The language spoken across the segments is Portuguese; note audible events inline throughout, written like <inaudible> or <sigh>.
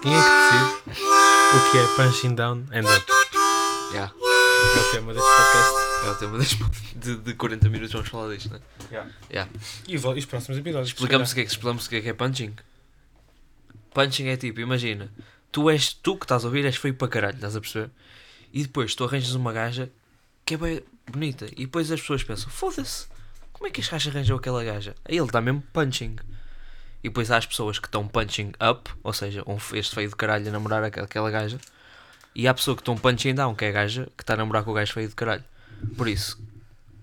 Quem é que decide o que é Punching Down and Up? Yeah. É o tema deste podcast. É o tema das- <laughs> de, de 40 minutos, vamos falar disto, né? Yeah. Yeah. E vo- e os próximos episódios? Explicamos o que, é, que- explicamos o que é que é punching. Punching é tipo, imagina, tu és tu que estás a ouvir, és feio para caralho, estás a perceber? E depois tu arranjas uma gaja que é bem bonita. E depois as pessoas pensam, foda-se, como é que este gajo arranjou aquela gaja? Aí ele está mesmo punching. E depois há as pessoas que estão punching up, ou seja, um, f- este feio de caralho a namorar aqu- aquela gaja. E há a pessoa que estão punching down, que é a gaja que está a namorar com o gajo feio de caralho. Por isso,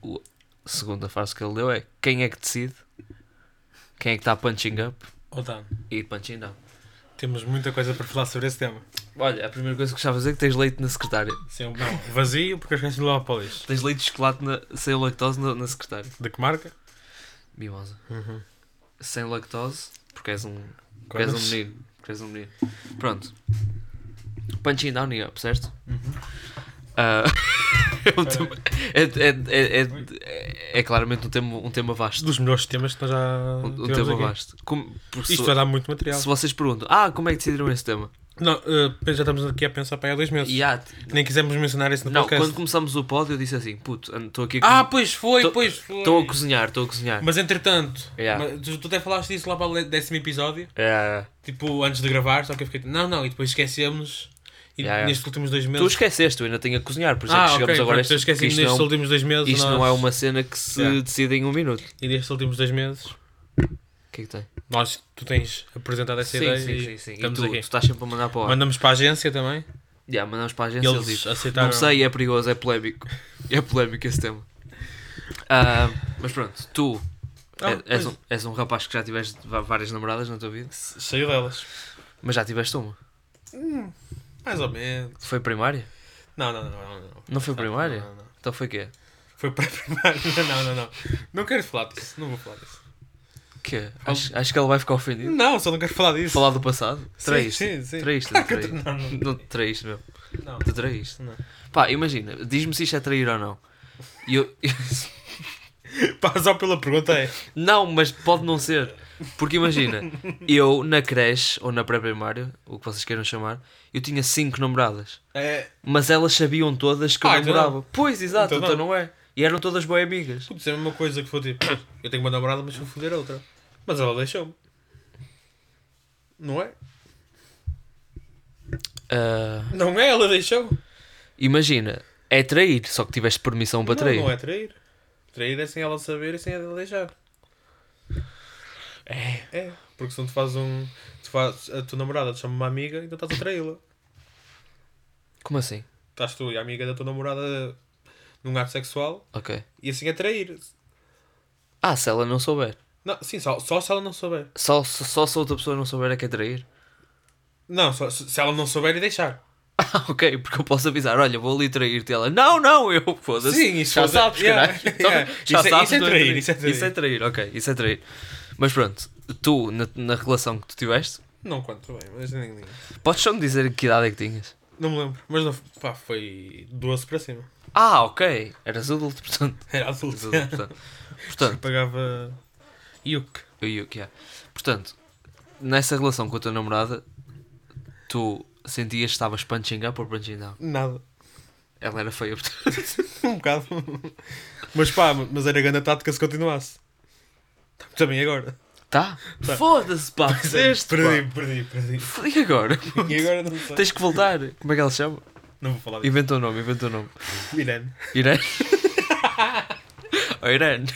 o- a segunda frase que ele deu é quem é que decide quem é que está punching up Oh, Dan, e punching down. temos muita coisa para falar sobre esse tema. Olha, a primeira coisa que gostava de dizer é que tens leite na secretária. Sem não, vazio, porque as crianças não levam polis. Tens leite de chocolate na- sem lactose na, na secretária. De que marca? Mimosa. Sem lactose, porque és um, porque és Uhum. um Coisas. menino. Porque és um menino. Pronto. Punching down e up, certo? Ah, <laughs> é, um tema- é, é, é, é- é- é claramente um tema, um tema vasto. Dos melhores temas que nós já Um, um tivemos tema aqui. vasto. Como- Isto porque é se, vai dar muito material. se vocês perguntam, ah, como é que decidiram esse tema? Não, eh, já estamos aqui a pensar para aí há dois meses. E há, Nem quisemos mencionar isso no Não, podcast. quando começamos o pod eu disse assim, puto, estou aqui a Ah, pois foi, Tô- pois foi. Estou a cozinhar, estou a cozinhar. Mas entretanto, Yeah. mas tu, tu até falaste disso lá para o décimo episódio, É, tipo antes de gravar, só que eu fiquei tipo, não, não, e depois esquecemos. E Yeah, yeah. nestes últimos dois tu meses. esqueceste, eu ainda tenho a cozinhar, por isso é ah, que chegamos ok, agora a pronto, eu este, que esqueci isto, nestes não, é um- últimos dois meses. isto nós- não é uma cena que se Yeah. decide em um minuto. O E nestes últimos dois meses, que é que tem? nós, tu tens apresentado essa ideia. e E Estamos tu, tu aqui. estás sempre a mandar para o ar. Mandamos para a agência também. Yeah, mandamos para a E agência eles eles dizem, aceitaram. Não sei, é perigoso, é polémico. <laughs> É polémico esse tema. Ah, mas pronto, tu Ah, é- és, pois. um, és um rapaz que já tiveste va- várias namoradas na tua vida, Saiu delas. mas já tiveste uma. Mais ou menos. Foi primária? Não, não, não, não. não. Não foi primária? Não, não, não. Então foi quê? Foi para <laughs> a primária. Não, não, não. Não quero falar disso. Não vou falar disso. Quê? um Acho, acho que ele vai ficar ofendido. Não, só não quero falar disso. Falar do passado? Sim, Traíste. Sim, sim. Traíste, não traíste. <laughs> Não, não, Não te traíste mesmo. não. Tu traíste. Não. Pá, imagina, diz-me se isto é trair ou não. E eu. <laughs> <laughs> Pá, só pela pergunta é. não, mas pode não ser. Porque imagina, eu na creche ou na pré-primária, o que vocês queiram chamar, eu tinha cinco namoradas. é Mas elas sabiam todas que eu Ah, então namorava. Pois, exato, Então então, não. é. E eram todas boas amigas. putz, é a mesma coisa que foi tipo, <coughs> eu tenho uma namorada, mas vou foder outra. Mas ela deixou-me. Não é? Ah, Não é? Ela deixou. imagina, é trair, só que tiveste permissão para Não, trair. não é trair. Trair é sem ela saber e sem ela deixar. É. É. Porque se não te fazes um. Tu fazes, a tua namorada te chama uma amiga, então estás a traí-la. Como assim? Estás tu e a amiga da tua namorada num ato sexual Ok. e assim é trair. Ah, se ela não souber. Não, sim, só, só se ela não souber. Só, só, só se a outra pessoa não souber é que é trair. <laughs> Não, só, se se ela não souber e deixar. Ah, ok, porque eu posso avisar, olha, vou ali trair-te. Ela, não, não, eu, foda-se. Sim, isso já foda- sabes, Yeah, caralho. yeah. Então, Já Isso é- sabes, isso é não trair, isso é trair. Isso é trair, ok, isso é trair. Mas pronto, tu, na, na relação que tu tiveste, Não conto bem, mas nem, nem. podes só me dizer que idade é que tinhas? Não me lembro. Mas não, pá, foi 12 para cima. Ah, ok, eras adulto, portanto. Era Eras adulto. adulto, portanto. <laughs> portanto, Pagava. Yuk. eu e o que é. Portanto, nessa relação com a tua namorada, tu sentias que estavas punching up ou punching down? Nada. <laughs> Ela era feia, portanto. Um bocado. Mas pá, mas era grande a tática se continuasse. Também agora. Tá? Tá. Foda-se, pá, fizeste, é pá. <laughs> perdi, perdi, perdi, <laughs> E agora? E agora não sei. Tens que voltar. Como é que ela se chama? Não vou falar disso. Inventa o nome, inventa o nome. Irene. Irene? Oh, Irene.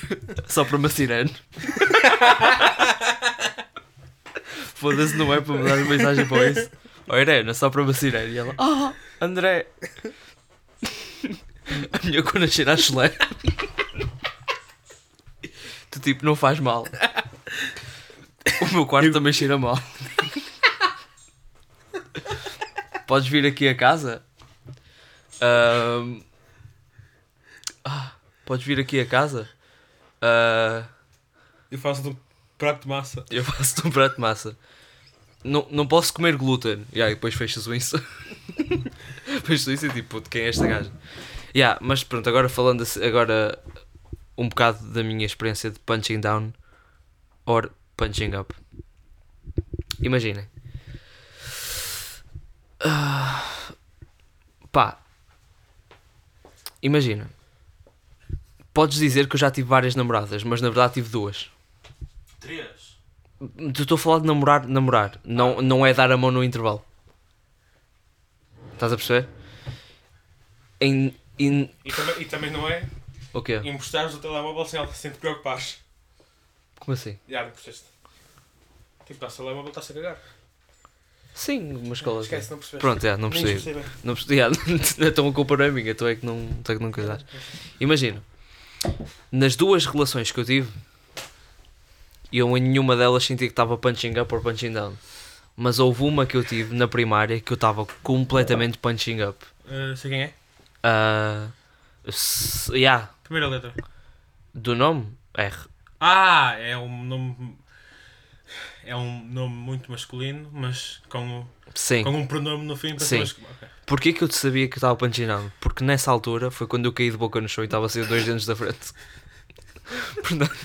Só para uma Irene. Foda-se, não é para mandar uma mensagem para isso. Oh, Irene, só para uma Irene. E ela, ah, André. A minha cona cheira a chulé. Tu tipo, não faz mal. O meu quarto também cheira mal. Podes vir aqui a casa? Ahm, ah, podes vir aqui a casa? Ah, Eu faço do prato de massa. eu faço-te um prato de massa. Não, não posso comer glúten. Yeah, e depois fechas o Insta. <laughs> fechas o Insta e tipo, puto, quem é esta gaja? Yeah, mas pronto, agora falando assim- agora um bocado da minha experiência de punching down or punching up. Imaginem. Ah, pá, imagina. Podes dizer que eu já tive várias namoradas, mas na verdade tive duas. Três. Eu Estou a falar de namorar, namorar. Ah. Não, não é dar a mão no intervalo. Estás a perceber? Em. em E também, e também não é o quê? emprestares o telemóvel sem, ela- sem te preocupares. Como assim? Já, emprestaste. Tipo, dá o telemóvel, está-se a cagar. Sim, mas qual é? Esquece, não percebeste. Pronto, já, não Nem percebi. percebi. <laughs> Não percebi. Yeah, então a culpa não é minha, tu é que não, tu é que não casaste. Imagina, nas duas relações que eu tive, eu em nenhuma delas senti que estava punching up ou punching down. Mas houve uma que eu tive na primária que eu estava completamente punching up. Ah, sei quem é. Ah, s- yeah, Primeira letra. do nome? R. Ah, é um nome. É um nome muito masculino, mas com, Sim. com um pronome no fim para ser Sim. masculino. Ok. Porquê que eu te sabia que eu estava punching down? Porque nessa altura foi quando eu caí de boca no chão e estava sem os dois dentes da frente. <laughs> Portanto,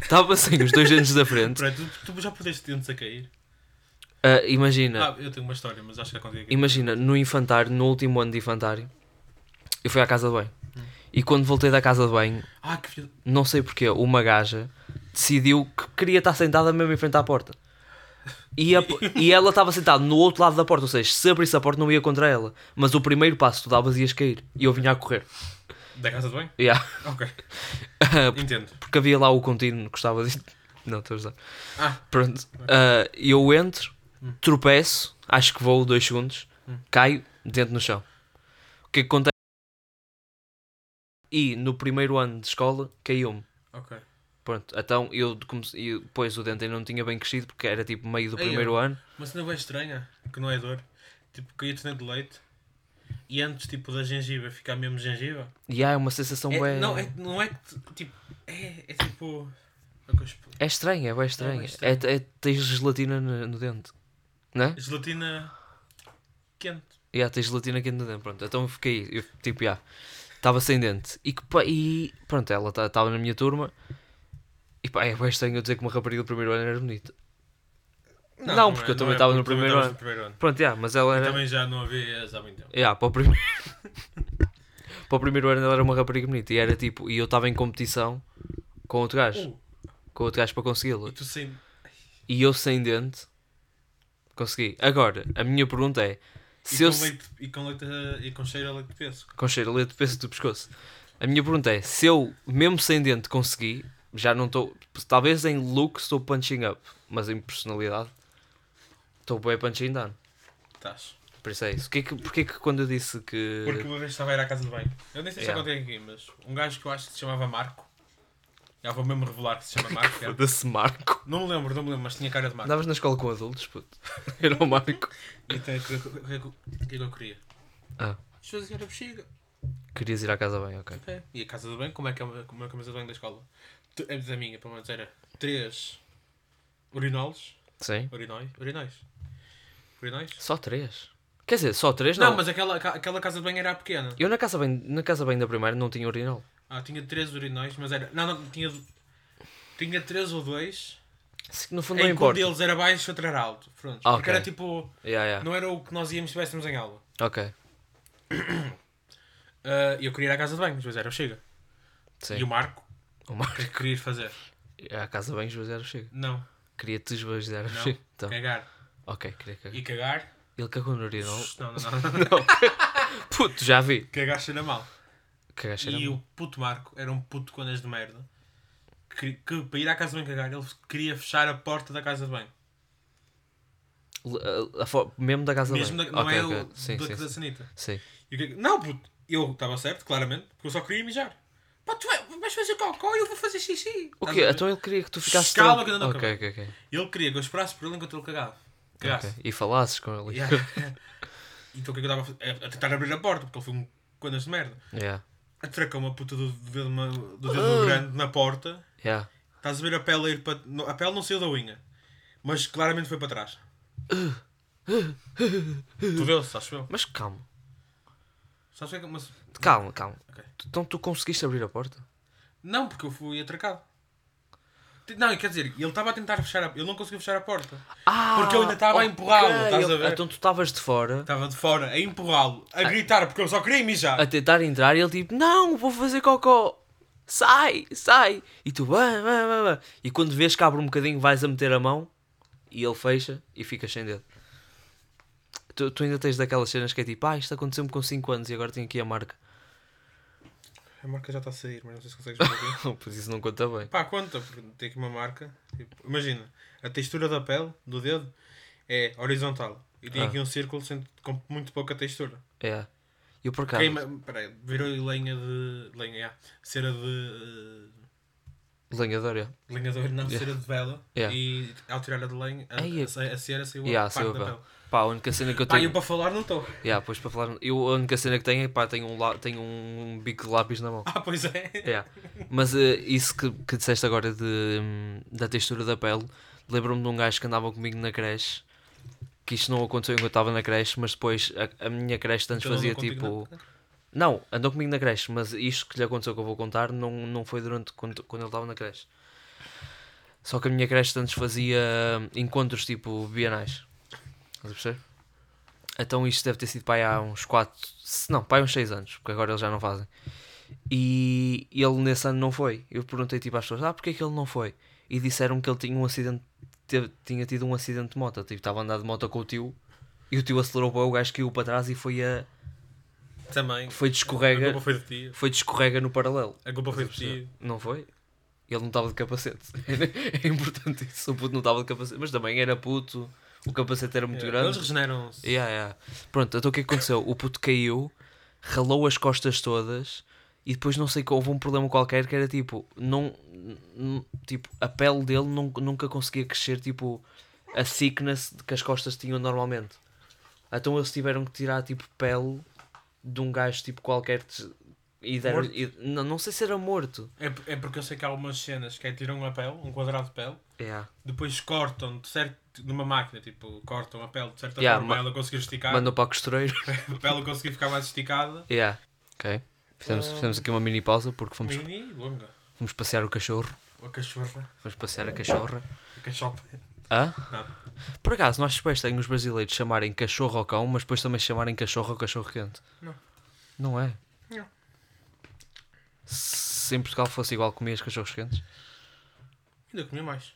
estava sem os dois dentes da frente. Peraí, tu, tu já perdeste dentes a cair? Ah, imagina, Ah, eu tenho uma história, mas acho que já contei aqui. imagina, no infantário, no último ano de infantário, eu fui à casa de banho. E quando voltei da casa de banho, Ah, que filho. não sei porquê, uma gaja decidiu que queria estar sentada mesmo em frente à porta. E, a- e ela estava sentada no outro lado da porta, ou seja, se abrisse a porta não ia contra ela. Mas o primeiro passo que tu davas ias cair. E eu vinha a correr. Da casa de banho? Yeah. <laughs> Ok. Entendo. porque havia lá o contínuo que gostava de. <laughs> Não, estou a usar. Ah. Pronto. Ah, eu entro, tropeço, acho que vou dois segundos, caio, dentro no chão. O que é que acontece? E no primeiro ano de escola caiu-me. Ok. Pronto, então eu, comece- eu depois o dente ainda não tinha bem crescido porque era tipo meio do Ei, primeiro eu- ano. Uma cena bem estranha, que não é dor. Tipo, caía-te dentro de leite. E antes, tipo, da gengiva ficar mesmo gengiva. E há uma sensação É- bem. não, é, não é que, te- tipo, é, é tipo... é que eu exp- É estranha, é bem estranha. É, estranho. é, tens gelatina no, no dente. Não é? Gelatina quente. Yeah, ah, tens gelatina quente no dente, pronto. Então eu fiquei, eu, tipo, já, estava sem dente. E, que, pá, e pronto, ela estava na minha turma. E pá, é bem estranho eu dizer que uma rapariga do primeiro ano era bonita. Não, porque eu também estava no é, porque primeiro também estavas ano. É. no primeiro ano. Pronto, yeah, mas ela E era. também já não havia há muito tempo. Yeah, para, o primeiro... <laughs> para o primeiro ano ela era uma rapariga bonita. E era tipo, e eu estava em competição com outro gajo. Uh. Com outro gajo para consegui-la. E tu sem... E eu sem dente consegui. Agora, a minha pergunta é: E se com, eu. se- leite, e, com leite, a- e com cheiro a leite de peso. com cheiro a leite de peso do pescoço. A minha pergunta é: se eu, mesmo sem dente, consegui, já não estou. Talvez em look estou punching up, mas em personalidade estou bem punching down. Estás. Por isso é isso. Porquê que, porquê que quando eu disse que. Porque uma vez estava a ir à casa de banho. Eu nem sei se Eh, Yeah. yeah. contei aqui, mas um gajo que eu acho que se chamava Marco. Já vou mesmo revelar que se chama Marco. <laughs> já. Foda-se, Marco. Não me lembro, não me lembro, mas tinha cara de Marco. Andavas na escola com adultos, puto. <laughs> Era o Marco. Então, o que, o que- o que é que eu queria? Ah. Esvaziar a bexiga. Querias ir à casa bem, ok. Ok. E a casa de banho, como é que é a como é a camisa de banho da escola? Tu- A da minha, pelo menos, era três urinolos. Sim. Urinóis? Urinóis? Urinóis? Só três. Quer dizer, só três não. Não, mas aquela, ca- aquela casa de banho era a pequena. Eu na casa, bem, na casa bem da primeira não tinha urinal. Ah, tinha três urinóis, mas era... Não, não, tinha... Tinha três ou dois. Se- No fundo Em não que um importa. deles era baixo, outro era alto. Pronto. Ah, Porque ok. Ah. era tipo... Yeah, yeah. Não era o que nós íamos se estivéssemos em aula. Ok. Ah, E eu queria ir à casa de banho, mas era o Chega. Sim. E o Marco, O o Marco. <laughs> que é que querias fazer? À casa bem, esvaziar o chega. Não, Queria te esvaziar. Não. Então, cagar. ok, queria cagar. E cagar? Ele cagou no <laughs> urinal. Não, não, não. <laughs> não. Puto, já vi. cagar cheira mal. Cagar cheira e mal. o puto Marco era um puto conas de merda. Que, que para ir à casa de banho cagar, ele queria fechar a porta da casa de banho. L- a- a fo- Mesmo da casa Mesmo da, bem. não Ok, é ok. o Sim, da, sim, da sim. sanita. Sim. E o que é que- não, puto, eu estava certo, claramente, porque eu só queria mijar. Pá, tu vai- vais fazer cocó e eu vou fazer xixi. O Estás quê? a ver? Então ele queria que tu ficasses... Calma tran- que ainda não Ok, ok, ok. Ele queria que eu esperasse por ele enquanto ele cagava. Cagasse. Ok. E falasses com ele. Yeah. <laughs> então o que é que eu estava a fazer? A, a tentar abrir a porta, porque ele foi um conas de merda. Yeah. Atracou uma puta do dedo, ma- do Ah. dedo grande na porta. Yeah. Estás a ver a pele a ir para. no- A pele não saiu da unha, mas claramente foi para trás. Ah. tu deu-se, acho eu. Mas calma. Sabes o que é que. Mas... Calma, calma. Ok. Então tu conseguiste abrir a porta? Não, porque eu fui atracado. Te- Não, quer dizer, ele estava a tentar fechar a Ele não conseguiu fechar a porta. Ah, Porque eu ainda estava a ok. empurrá-lo, estás a ver? Então tu estavas de fora Estava de fora a empurrá-lo, a gritar, porque eu só queria mijar. a tentar entrar e ele tipo, não, vou fazer cocó. Sai, sai. E tu, "Ah, ah, ah, ah." e quando vês que abre um bocadinho, vais a meter a mão e ele fecha e ficas sem dedo. Tu, tu ainda tens daquelas cenas que é tipo, ah, isto aconteceu-me com 5 anos e agora tenho aqui a marca. <laughs> A marca já está a sair, mas não sei se consegues ver aqui. Pois isso não conta bem. <laughs> Pá, conta, porque tem aqui uma marca. Tipo, imagina, a textura da pele, do dedo, é horizontal. E tem Ah. aqui um círculo sem- com muito pouca textura. É. Eu por acaso. Queima, peraí, virou lenha de. lenha, yeah, cera de. Lenhador, é. eh, lenha de ouro, não, cera de vela. Yeah. E ao tirar a de lenha, a, Ai, a, ce- a cera saiu Yeah, a saiu parte a da vela. pele. Pá, a única cena que eu Pá, tenho. eu para falar não estou. <laughs> Yeah, pois para falar. Eu, a única cena que tenho é pá, tenho um, lá- tenho um bico de lápis na mão. Ah, pois é. Yeah. Mas eh, isso que, que disseste agora de, hum, da textura da pele, lembro-me de um gajo que andava comigo na creche. Que isto não aconteceu enquanto eu estava na creche, mas depois a, a minha creche antes Então andou fazia contigo tipo. na- Não, andou comigo na creche, mas isto que lhe aconteceu que eu vou contar não, não foi durante quando, quando ele estava na creche. Só que a minha creche antes fazia hum, encontros tipo bienais. Estás a perceber? Então isto deve ter sido pai há uns 4, não, pai há uns 6 anos, porque agora eles já não fazem. E ele nesse ano não foi. Eu perguntei tipo às pessoas, ah, porque é que ele não foi? E disseram que ele tinha um acidente, teve- tinha tido um acidente de moto. Tipo, estava a andar de moto com o tio e o tio acelerou para o gajo caiu para trás e foi a. Também. Foi de A escorrega culpa foi de ti. foi de escorrega no paralelo. A culpa foi de Percebe? ti. Não foi? Ele não estava de capacete. <laughs> é importante isso. O puto não estava de capacete. Mas também era puto. O capacete era muito Yeah, É, Eles grande. regeneram-se. Yeah, yeah. Pronto, então o que é que aconteceu? O puto caiu, ralou as costas todas e depois não sei que houve um problema qualquer que era tipo, não, n- tipo a pele dele nun- nunca conseguia crescer tipo a thickness que as costas tinham normalmente. Então eles tiveram que tirar tipo pele de um gajo tipo qualquer de- e deram, Morto? e- não, não sei se era morto. É, é porque eu sei que há algumas cenas que é tiram a pele, um quadrado de pele, Yeah. depois cortam de certo, numa máquina, tipo, cortam a pele de certa Yeah, forma ma- um- ela conseguir esticar, <laughs> Mandou para o costureiro. <laughs> a pele conseguir ficar mais esticada. yeah. Ok. Fizemos, fizemos aqui uma mini pausa porque fomos, Mini e longa. fomos passear o cachorro. Ou a cachorra. Vamos passear a cachorra. A <laughs> cachorra. Hã? Não. Por acaso, não achas bem estranho os brasileiros chamarem cachorro ao cão, mas depois também chamarem cachorro ao cachorro quente? Não. Não é? Não. Se em Portugal fosse igual, comias cachorros quentes? Ainda comi mais.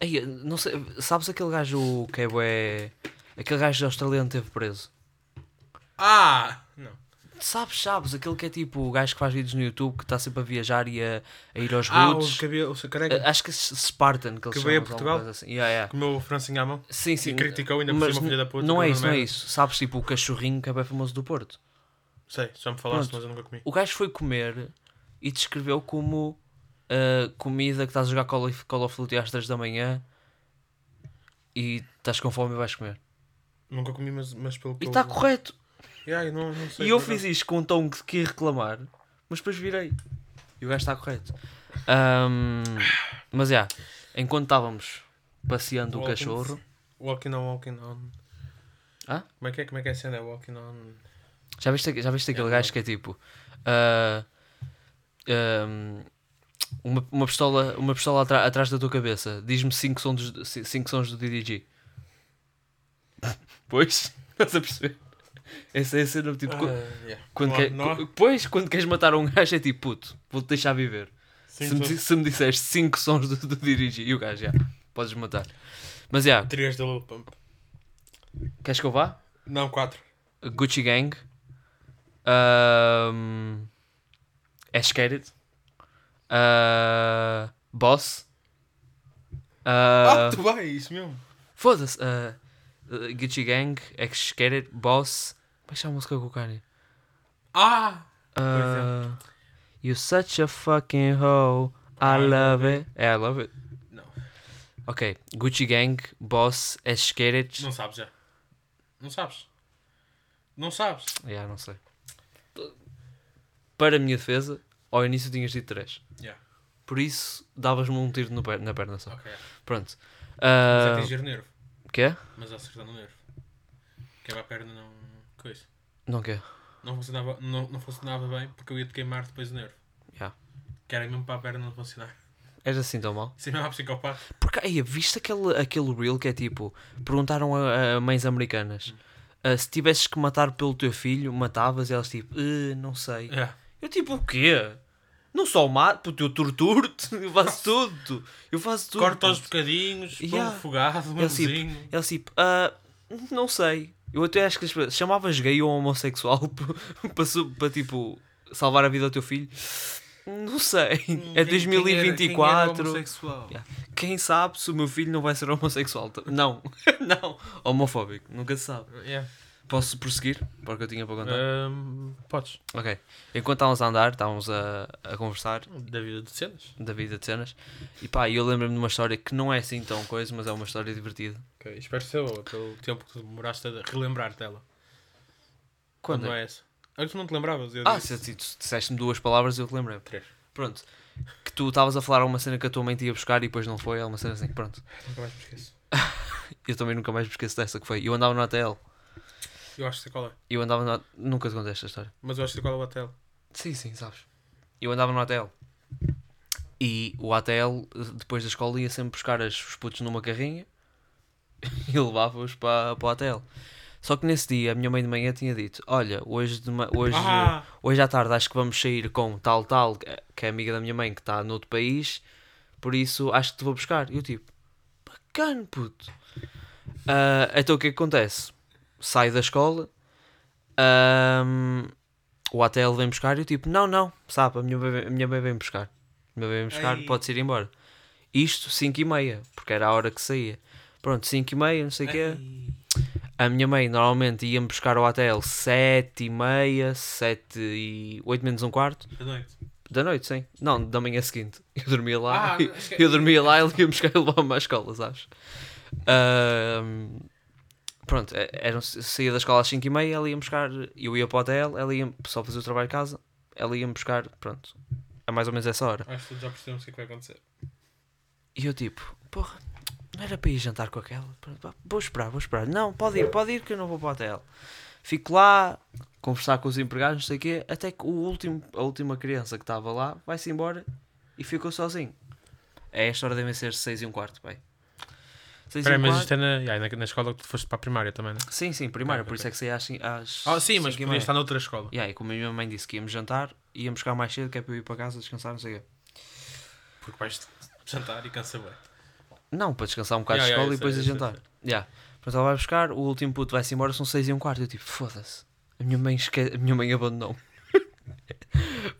Ei, não sei, sabes aquele gajo que é bué... Aquele gajo australiano que teve preso? Ah! Não. Sabes, sabes, aquele que é tipo o gajo que faz vídeos no YouTube, que está sempre a viajar e a, a ir aos Ah, roots. o cabelo, o careca. A- Acho que é Spartan, que eles Que veio a chamam, alguma Portugal? coisa Assim. Yeah, yeah. Ah, Comeu o francinho à mão. Sim, sim. E é criticou ainda por mas cima a filha da puta, Não é que isso, não merda. é isso. Sabes, tipo, o cachorrinho que é bem famoso do Porto. Sei, já me falaste, Pronto. mas eu nunca comi. O gajo foi comer e descreveu como a comida que estás a jogar Call of, Call of Duty às 3 da manhã e estás com fome e vais comer. Nunca comi, mas, mas pelo E está correto. Yeah, eu não, não sei E eu por acaso. fiz isto com um tom que que ia reclamar, mas depois virei. E o gajo está correto. Ahm, mas é, enquanto estávamos passeando o Walking- cachorro, Walking on, walking on. Hã? Como é que é, como é que é a cena? Walking on. já viste, já viste aquele É, gajo que é tipo. ah, ahm, uma, uma pistola, uma pistola atra- atrás da tua cabeça. Diz-me 5 sons, dos- ci- cinco sons do DDG. <laughs> Pois, estás a perceber? Essa é a cena, tipo, qu- Ah, yeah. quando Não- é- quer- não há- qu- pois, quando queres matar um gajo é tipo, puto, vou-te deixar viver. Sim, se, me, só- di- se me disseres 5 sons do, do DDG, e o gajo, já, podes matar. Mas, já, Três da Lil Pump. queres que eu vá? Não, quatro. Gucci Gang, Um, ahm, Ash Carrot, ah, Boss, ah, Ah, tu vai, é isso mesmo. foda-se, ah, ah, Gucci Gang, Ash Carrot, Boss, como é que chama a música com o Kanye? Ah! Ah, you such a fucking hoe, I love it, é, I love it. Não. Ok, Gucci Gang, Boss, Ash Carrot, Não sabes já. Não sabes. Não sabes. yeah, não sei. Para a minha defesa, ao início tinhas dito 3. Yeah. Por isso, davas-me um tiro no per- na perna só. Ok. Pronto. Mas é Ah, atingir o nervo. quer? Mas acertar no nervo. Quebra a perna não. Coisa. Não quer. Não funcionava, não, não funcionava bem porque eu ia te queimar depois o nervo. Yeah. Que era mesmo para a perna não funcionar. <laughs> És assim tão mal? Isso é mesmo a psicopata. Porque aí, viste aquele, aquele reel que é tipo: perguntaram a, a mães americanas Hum. ah, se tivesses que matar pelo teu filho, matavas? E elas tipo: "Eh, não sei. Yeah. Eu tipo: o quê? Não só mato, puto, eu torturo-te, <laughs> eu faço tudo. tu. Eu faço tudo. Corta aos puto." bocadinhos, Yeah. põe um fogado, um Ele tipo, arrozinho. elas tipo: "Ah, não sei. Eu até acho que as pessoas- chamavas gay ou homossexual <laughs> para, su- para tipo salvar a vida do teu filho. Não sei. é 2024. Yeah. Quem sabe se o meu filho não vai ser homossexual? ta- Não, <laughs> não, homofóbico, nunca se sabe. Yeah. Posso prosseguir? Para o que eu tinha para contar. É. Ahm, podes. Ok, enquanto estávamos a andar, estávamos a, a conversar Da vida de cenas. da vida de cenas, e pá, eu lembro-me de uma história que não é assim tão coisa, mas é uma história divertida. Ok, Espero que seja boa, pelo tempo que tu demoraste a relembrar dela. Quando Não é? é essa. Antes tu não te lembravas. Eu Ah, disse. se se tu disseste-me duas palavras, eu que lembrei. Três. Pronto, que tu estavas a falar uma cena que a tua mãe te ia buscar e depois não foi, é uma cena assim, pronto. Nunca mais me esqueço. Eu também nunca mais me esqueço dessa que foi. Eu andava no hotel, Eu acho que sei qual é. eu andava no... Nunca te contei esta história. Mas eu acho que sei qual é o hotel. Sim, sim, sabes. Eu andava no hotel. E o hotel, depois da escola, ia sempre buscar as- os putos numa carrinha <laughs> e levava-os para, para o hotel. Só que nesse dia, a minha mãe de manhã tinha dito: Olha, hoje, de ma- hoje, Ah! hoje à tarde acho que vamos sair com tal, tal, que é amiga da minha mãe que está noutro país, por isso acho que te vou buscar. E eu tipo: Bacana, puto. Ah, então o que é que acontece? Saio da escola, ahm, o hotel vem buscar e eu tipo, não, não, sabe, a minha mãe, a minha mãe vem buscar. A minha mãe vem buscar, Ei. pode ir embora. Isto 5 e meia, porque era a hora que saía. Pronto, 5 e meia, não sei o quê. A minha mãe normalmente ia-me buscar ao hotel 7 e meia, 7 e 8 menos um quarto. Da noite. Da noite, sim. Não, da manhã seguinte. <laughs> Eu dormia lá. Ah, mas que- eu dormia lá e ele ia buscar <laughs> e levava-me à escola, sabes? Ahm, pronto, é- era, saía da escola às 5h30, ela ia buscar. Eu ia para o hotel, ela ia só fazer o trabalho de casa, ela ia buscar, pronto. É mais ou menos essa hora. Acho que todos já percebemos o que é que vai acontecer. E eu tipo, porra, não era para ir jantar com aquela? Pronto, vá, Vou esperar, vou esperar. Não, pode ir, pode ir que eu não vou para o hotel. Fico lá, conversar com os empregados, não sei o quê, até que o último, a última criança que estava lá vai-se embora e ficou sozinho. É A esta hora devem ser 6 e um quarto, bem. 6 e Espera aí, um mas quarto. isto é na, yeah, na, na escola que tu foste para a primária também, né? Sim, sim, primária, Ok, por isso é que saí às, cin- às Ah, sim, mas cinco e podias meia. estar noutra escola. E aí, como a minha mãe disse que íamos jantar, íamos buscar mais cedo, que é para eu ir para casa descansar, não sei o quê. Porque vais jantar e cansa bem. Não, para descansar um bocado Ya, de ya, escola eu e depois sei, a eu sei, jantar. sei. Ya. Pronto, ela vai buscar, o último puto vai-se embora, são 6 e um quarto. Eu tipo, foda-se. A minha mãe, esque... a minha mãe abandonou. <laughs>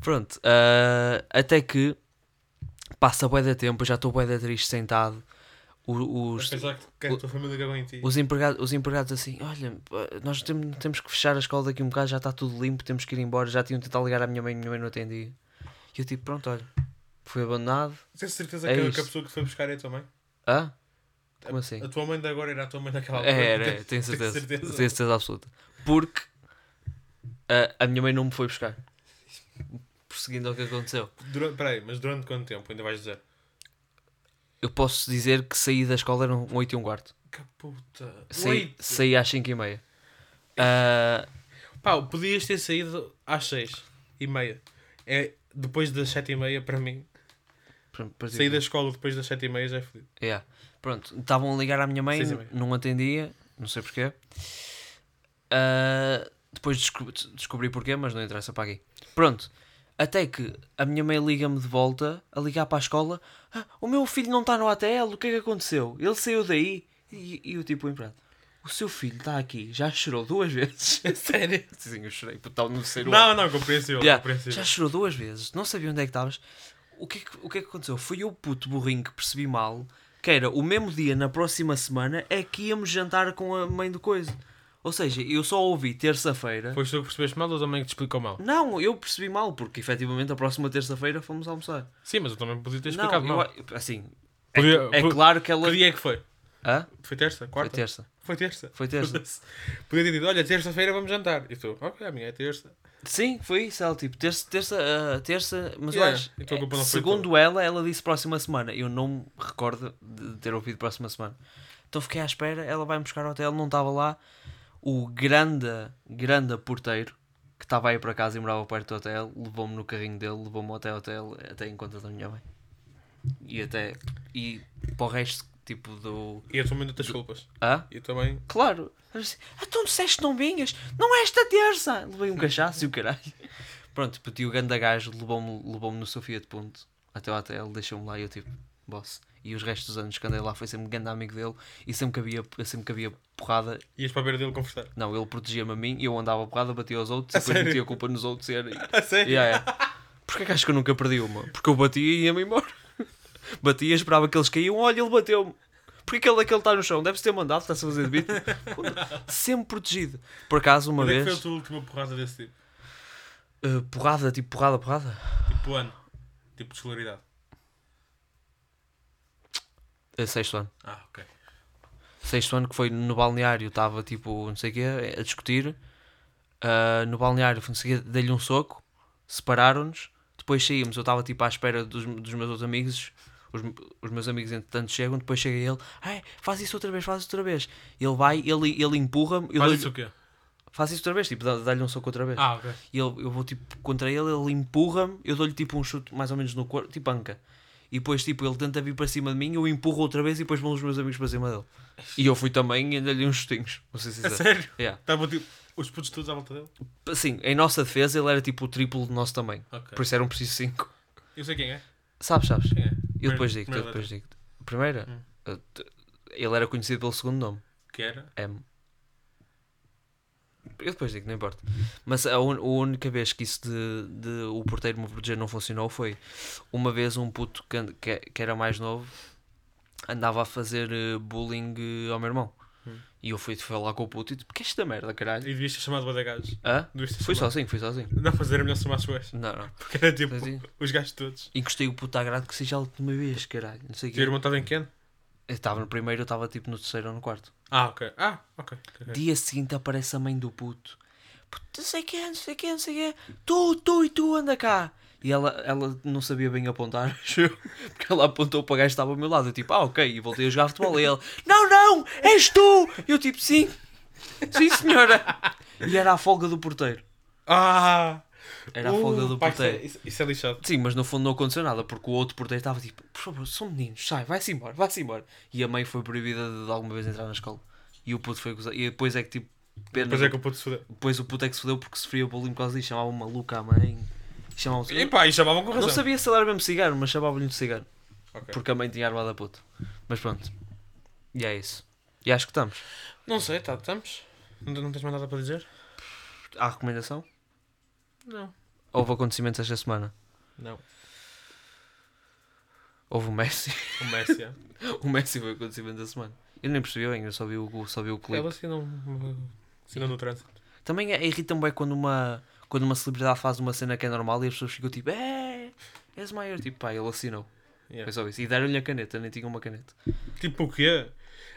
Pronto, ah, até que passa bué de tempo, eu já estou bué de triste sentado. O- os, Apesar que- que a tua família cagou em ti. os, empregado, os empregados assim, olha, eh, nós tem- temos que fechar a escola daqui um bocado, já está tudo limpo, temos que ir embora, já tinham tentado ligar à minha mãe, minha mãe não atendia. E eu tipo, pronto, olha, fui abandonado. Tens certeza É que, a- que isso. a pessoa que foi buscar é a tua mãe? Ah? Como assim? A tua mãe de agora era a tua mãe daquela altura. Tipo, É, era, tenho certeza. Tenho certeza absoluta. Porque ah, a minha mãe não me foi buscar. Prosseguindo ao que aconteceu. Durante, peraí, mas durante quanto tempo ainda vais dizer? Eu posso dizer que saí da escola eram 8 e um quarto. Que puta. Saí, Oito. saí às 5 e meia. Ah, Pá, podias ter saído às seis e meia. É depois das sete e meia para mim. pr- pr- Sair da escola depois das sete e meia já é fodido. Yeah. Pronto, estavam a ligar à minha mãe, Seis e meia. não atendia, não sei porquê. Ah, depois desco- descobri porquê, mas não interessa para aqui. Pronto, até que a minha mãe liga-me de volta a ligar para a escola: "Ah, O meu filho não está no ATL, o que é que aconteceu? Ele saiu daí. E, e eu, tipo, o empregado: O seu filho está aqui, já chorou duas <laughs> vezes. Sério? Sim, eu chorei, porque estava no terceiro ano. Não, não, compreensível. Yeah, compreensível. Já chorou duas vezes, não sabia onde é que estavas. O que, é que, o que é que aconteceu? Foi eu, puto burrinho, que percebi mal que era o mesmo dia, na próxima semana, é que íamos jantar com a mãe do coisa. Ou seja, eu só ouvi terça-feira. Pois tu que percebeste mal ou também que te explicou mal? Não, eu percebi mal, porque efetivamente a próxima terça-feira fomos almoçar. Sim, mas eu também podia ter Não, explicado eu mal. a- assim. É, Podia- é po- claro que ela. Que dia é que foi? Hã? Foi terça? Foi Quarta? terça. Foi terça. Foi terça. Foda-se. Podia ter dito, olha, terça-feira vamos jantar. E tu, ok, amanhã é terça. Sim, foi isso. Ela tipo, terça, terça, ah, terça mas Yeah, mais. então a culpa não foi segundo ela, ela disse próxima semana. Eu não me recordo de ter ouvido próxima semana. Então fiquei à espera, ela vai-me buscar ao hotel, não estava lá. O grande, grande porteiro que estava aí para casa e morava perto do hotel, levou-me no carrinho dele, levou-me até ao hotel, até em conta da minha mãe. E até. E para o resto, tipo do. E eu também dou-te as culpas. Ah? E eu também. Claro. Era Assim, ah, tu disseste que não vinhas? Não é esta terça! Levei um cachaço e o caralho. Pronto, puto, e o ganda gajo levou-me levou no Sofia de Ponte até ao hotel, deixou-me lá e eu tipo, boss. E os restos dos anos que andei lá foi sempre ganda amigo dele e sempre que havia, sempre que havia porrada, Ias para a beira dele conversar. não, ele protegia-me a mim, eu andava a porrada, batia aos outros e A depois sério? metia a culpa nos outros e era. A sério? Yeah, yeah. Porquê que acho que eu nunca perdi uma? Porque eu batia e ia-me embora. <laughs> Batia, esperava que eles caíam, olha, ele bateu-me. Porquê que ele aquele está no chão? Deve-se ter mandado, está-se a fazer de vítima. <laughs> Sempre protegido. Por acaso, uma Quando é que foi a vez, tua última porrada desse tipo? eh, porrada, tipo porrada, porrada. Tipo ano. Tipo de escolaridade. Eh, sexto ano. Ah, ok. Sexto ano que foi no balneário, estava tipo, não sei o quê, a discutir. Ah, no balneário, não sei o quê, dei-lhe um soco, separaram-nos. Depois saímos, eu estava tipo à espera dos, dos meus outros amigos. Os, os meus amigos, entretanto, chegam. Depois chega ele, ai, faz isso outra vez, faz isso outra vez. Ele vai, ele, ele empurra-me, eu Faz dou-lhe- isso o quê? faz isso outra vez, tipo, dá- dá-lhe um soco outra vez. Ah, ok. E ele, eu vou tipo contra ele, ele empurra-me, eu dou-lhe tipo um chute mais ou menos no corpo, tipo anca. E depois tipo ele tenta vir para cima de mim, eu empurro outra vez e depois vão os meus amigos para cima dele. E eu fui também e dei-lhe uns chutinhos, vou ser A sincero. É sério? Yeah. Estavam tipo. Os putos todos à volta dele? Assim, em nossa defesa ele era tipo o triplo do nosso tamanho, Ok. por isso eram preciso 5. Eu sei quem é. Sabes, sabes? Quem é? Eu Primeiro- Hum. depois digo, eu primeira depois digo. Primeira, eu te- ele era conhecido pelo segundo nome. letra. Que era? M. Eu depois digo, não importa. Mas a, un- a única vez que isso de, de o porteiro me proteger não funcionou foi uma vez um puto que, and- que, que era mais novo andava a fazer eh, bullying eh, ao meu irmão. E eu fui falar com o puto e tipo, que é esta merda, caralho? E devias ter chamado o de gajos. Hã? Devias ter Fui chamado. sozinho, fui sozinho. Não, mas era melhor chamar o Não, não. <laughs> Porque era tipo. Sozinho. Os gajos todos. Encostei o puto à grade que seja a última vez, caralho. Não sei o O teu quê. irmão estava em Ken? Eu estava no primeiro, eu estava tipo no terceiro ou no quarto. Ah, ok. Ah, ok. ok. Dia seguinte aparece a mãe do puto. Puto, não sei quem, não sei quem, não sei quem. Tu, tu e tu, anda cá. E ela, ela não sabia bem apontar, <laughs> acho eu, porque ela apontou para o gajo que estava ao meu lado. Eu tipo, ah, ok. E voltei a jogar futebol. E ele, não, não, és tu. E eu tipo, sim, sim senhora. E era a folga do porteiro. Ah! Era a Uh, folga do pá, isso é- porteiro. Isso, isso é lixado. Sim, mas no fundo não aconteceu nada, porque o outro porteiro estava tipo, por favor, são meninos, sai, vai-se embora, vai-se embora. E a mãe foi proibida de, de alguma vez entrar na escola. E o puto foi acusado. E depois é que tipo, pena Depois é que eu pude se foder. Depois o puto é que se fodeu porque sofria bullying por causa disso. Chamavam maluca à mãe. Chamavam E pá, e chamavam com Não razão. sabia se ele era mesmo cigarro, mas chamavam-lhe de cigarro. Ok. Porque a mãe tinha armado a puto. Mas pronto. E é isso. E acho que estamos. Não sei, tá, estamos. Não, não tens mais nada para dizer? Há recomendação? Não. Houve acontecimentos esta semana. Não. Houve o Messi. <laughs> O Messi, é. o Messi foi o acontecimento da semana. Eu nem percebi bem, eu só vi o, só vi o clipe. Ela assinou, uh, assinou no trânsito. Também é- irrita-me bem quando uma, quando uma celebridade faz uma cena que é normal e as pessoas ficam tipo, é, és maior. Tipo, pá, ele assinou. Yeah. Foi só isso. E deram-lhe a caneta, nem tinha uma caneta. Tipo o quê?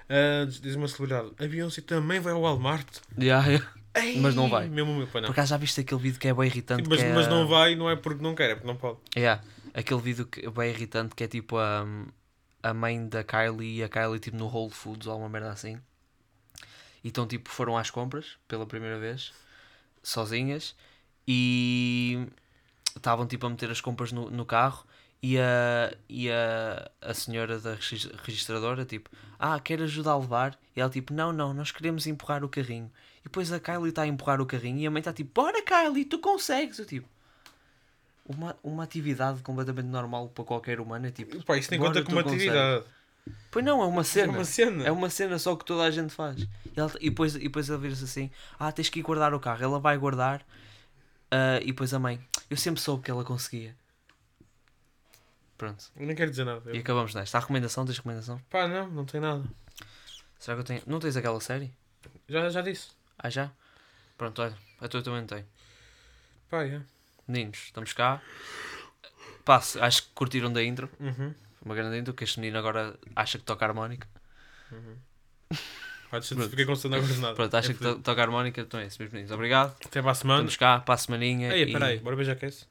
Ah, diz- diz uma celebridade. A Beyoncé também vai ao Walmart. Yeah, yeah. Ei, Mas não vai. Mesmo, meu, pá, não. Por acaso já viste aquele vídeo que é bem irritante? Tipo, mas, que é, mas não vai, não é porque não quer, é porque não pode. Yeah, aquele vídeo que é bem irritante que é tipo a, a mãe da Kylie e a Kylie tipo no Whole Foods ou alguma merda assim. E então tipo foram às compras pela primeira vez, sozinhas, e estavam tipo a meter as compras no, no carro e a, e a, a senhora da regis- registradora tipo, ah, quer ajudar a levar? E ela tipo, não, não, nós queremos empurrar o carrinho. E depois a Kylie está a empurrar o carrinho e a mãe está tipo, bora Kylie, tu consegues! Eu tipo, uma, uma atividade completamente normal para qualquer humano é tipo, Pá, isso nem "Bora, conta tu como consegues." atividade. Pois não, é uma cena. É uma cena. É uma cena só que toda a gente faz. E, ela- e depois, e depois ela vira-se assim: Ah, tens que ir guardar o carro. Ela vai guardar. ah, e depois a mãe: Eu sempre soube que ela conseguia. Pronto. Eu nem quero dizer nada. um- E é Eu- acabamos nesta. Há recomendação? Tens recomendação? Pá, não, não tem nada. Será que eu tenho. Não tens aquela série? Já, já disse. Ah, já? Pronto, olha. A tua também não tem. Pá, é. Meninos, estamos cá. Passe, acho que curtiram da intro. Uhum. Uma grande intro que este menino agora acha que toca harmónica. Pá, deixa eu fiquei constante agora de nada. Pronto, acha É que fodido. to- toca harmónica. Então é isso, meus meninos. Obrigado. Até para a semana. Estamos cá para a semaninha. Ei, e- peraí, bora ver Jaquece.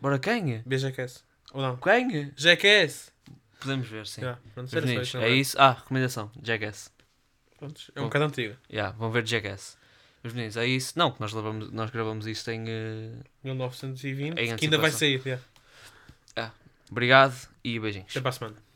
Bora quem? BJQS. Ou não? Quem? Jaquece! Podemos ver, sim. Já, pronto, Meus era só meninos, isso, não é isso. Ah, recomendação. Jackass. Prontos, É um bocado antigo. Yeah, vão ver Jackass. Meus meninos, é isso. Não, que nós, gravamos, nós gravamos isto em... eh, 1920, Em que ainda vai antecipação. sair. já. Obrigado e beijinhos. Até para a semana.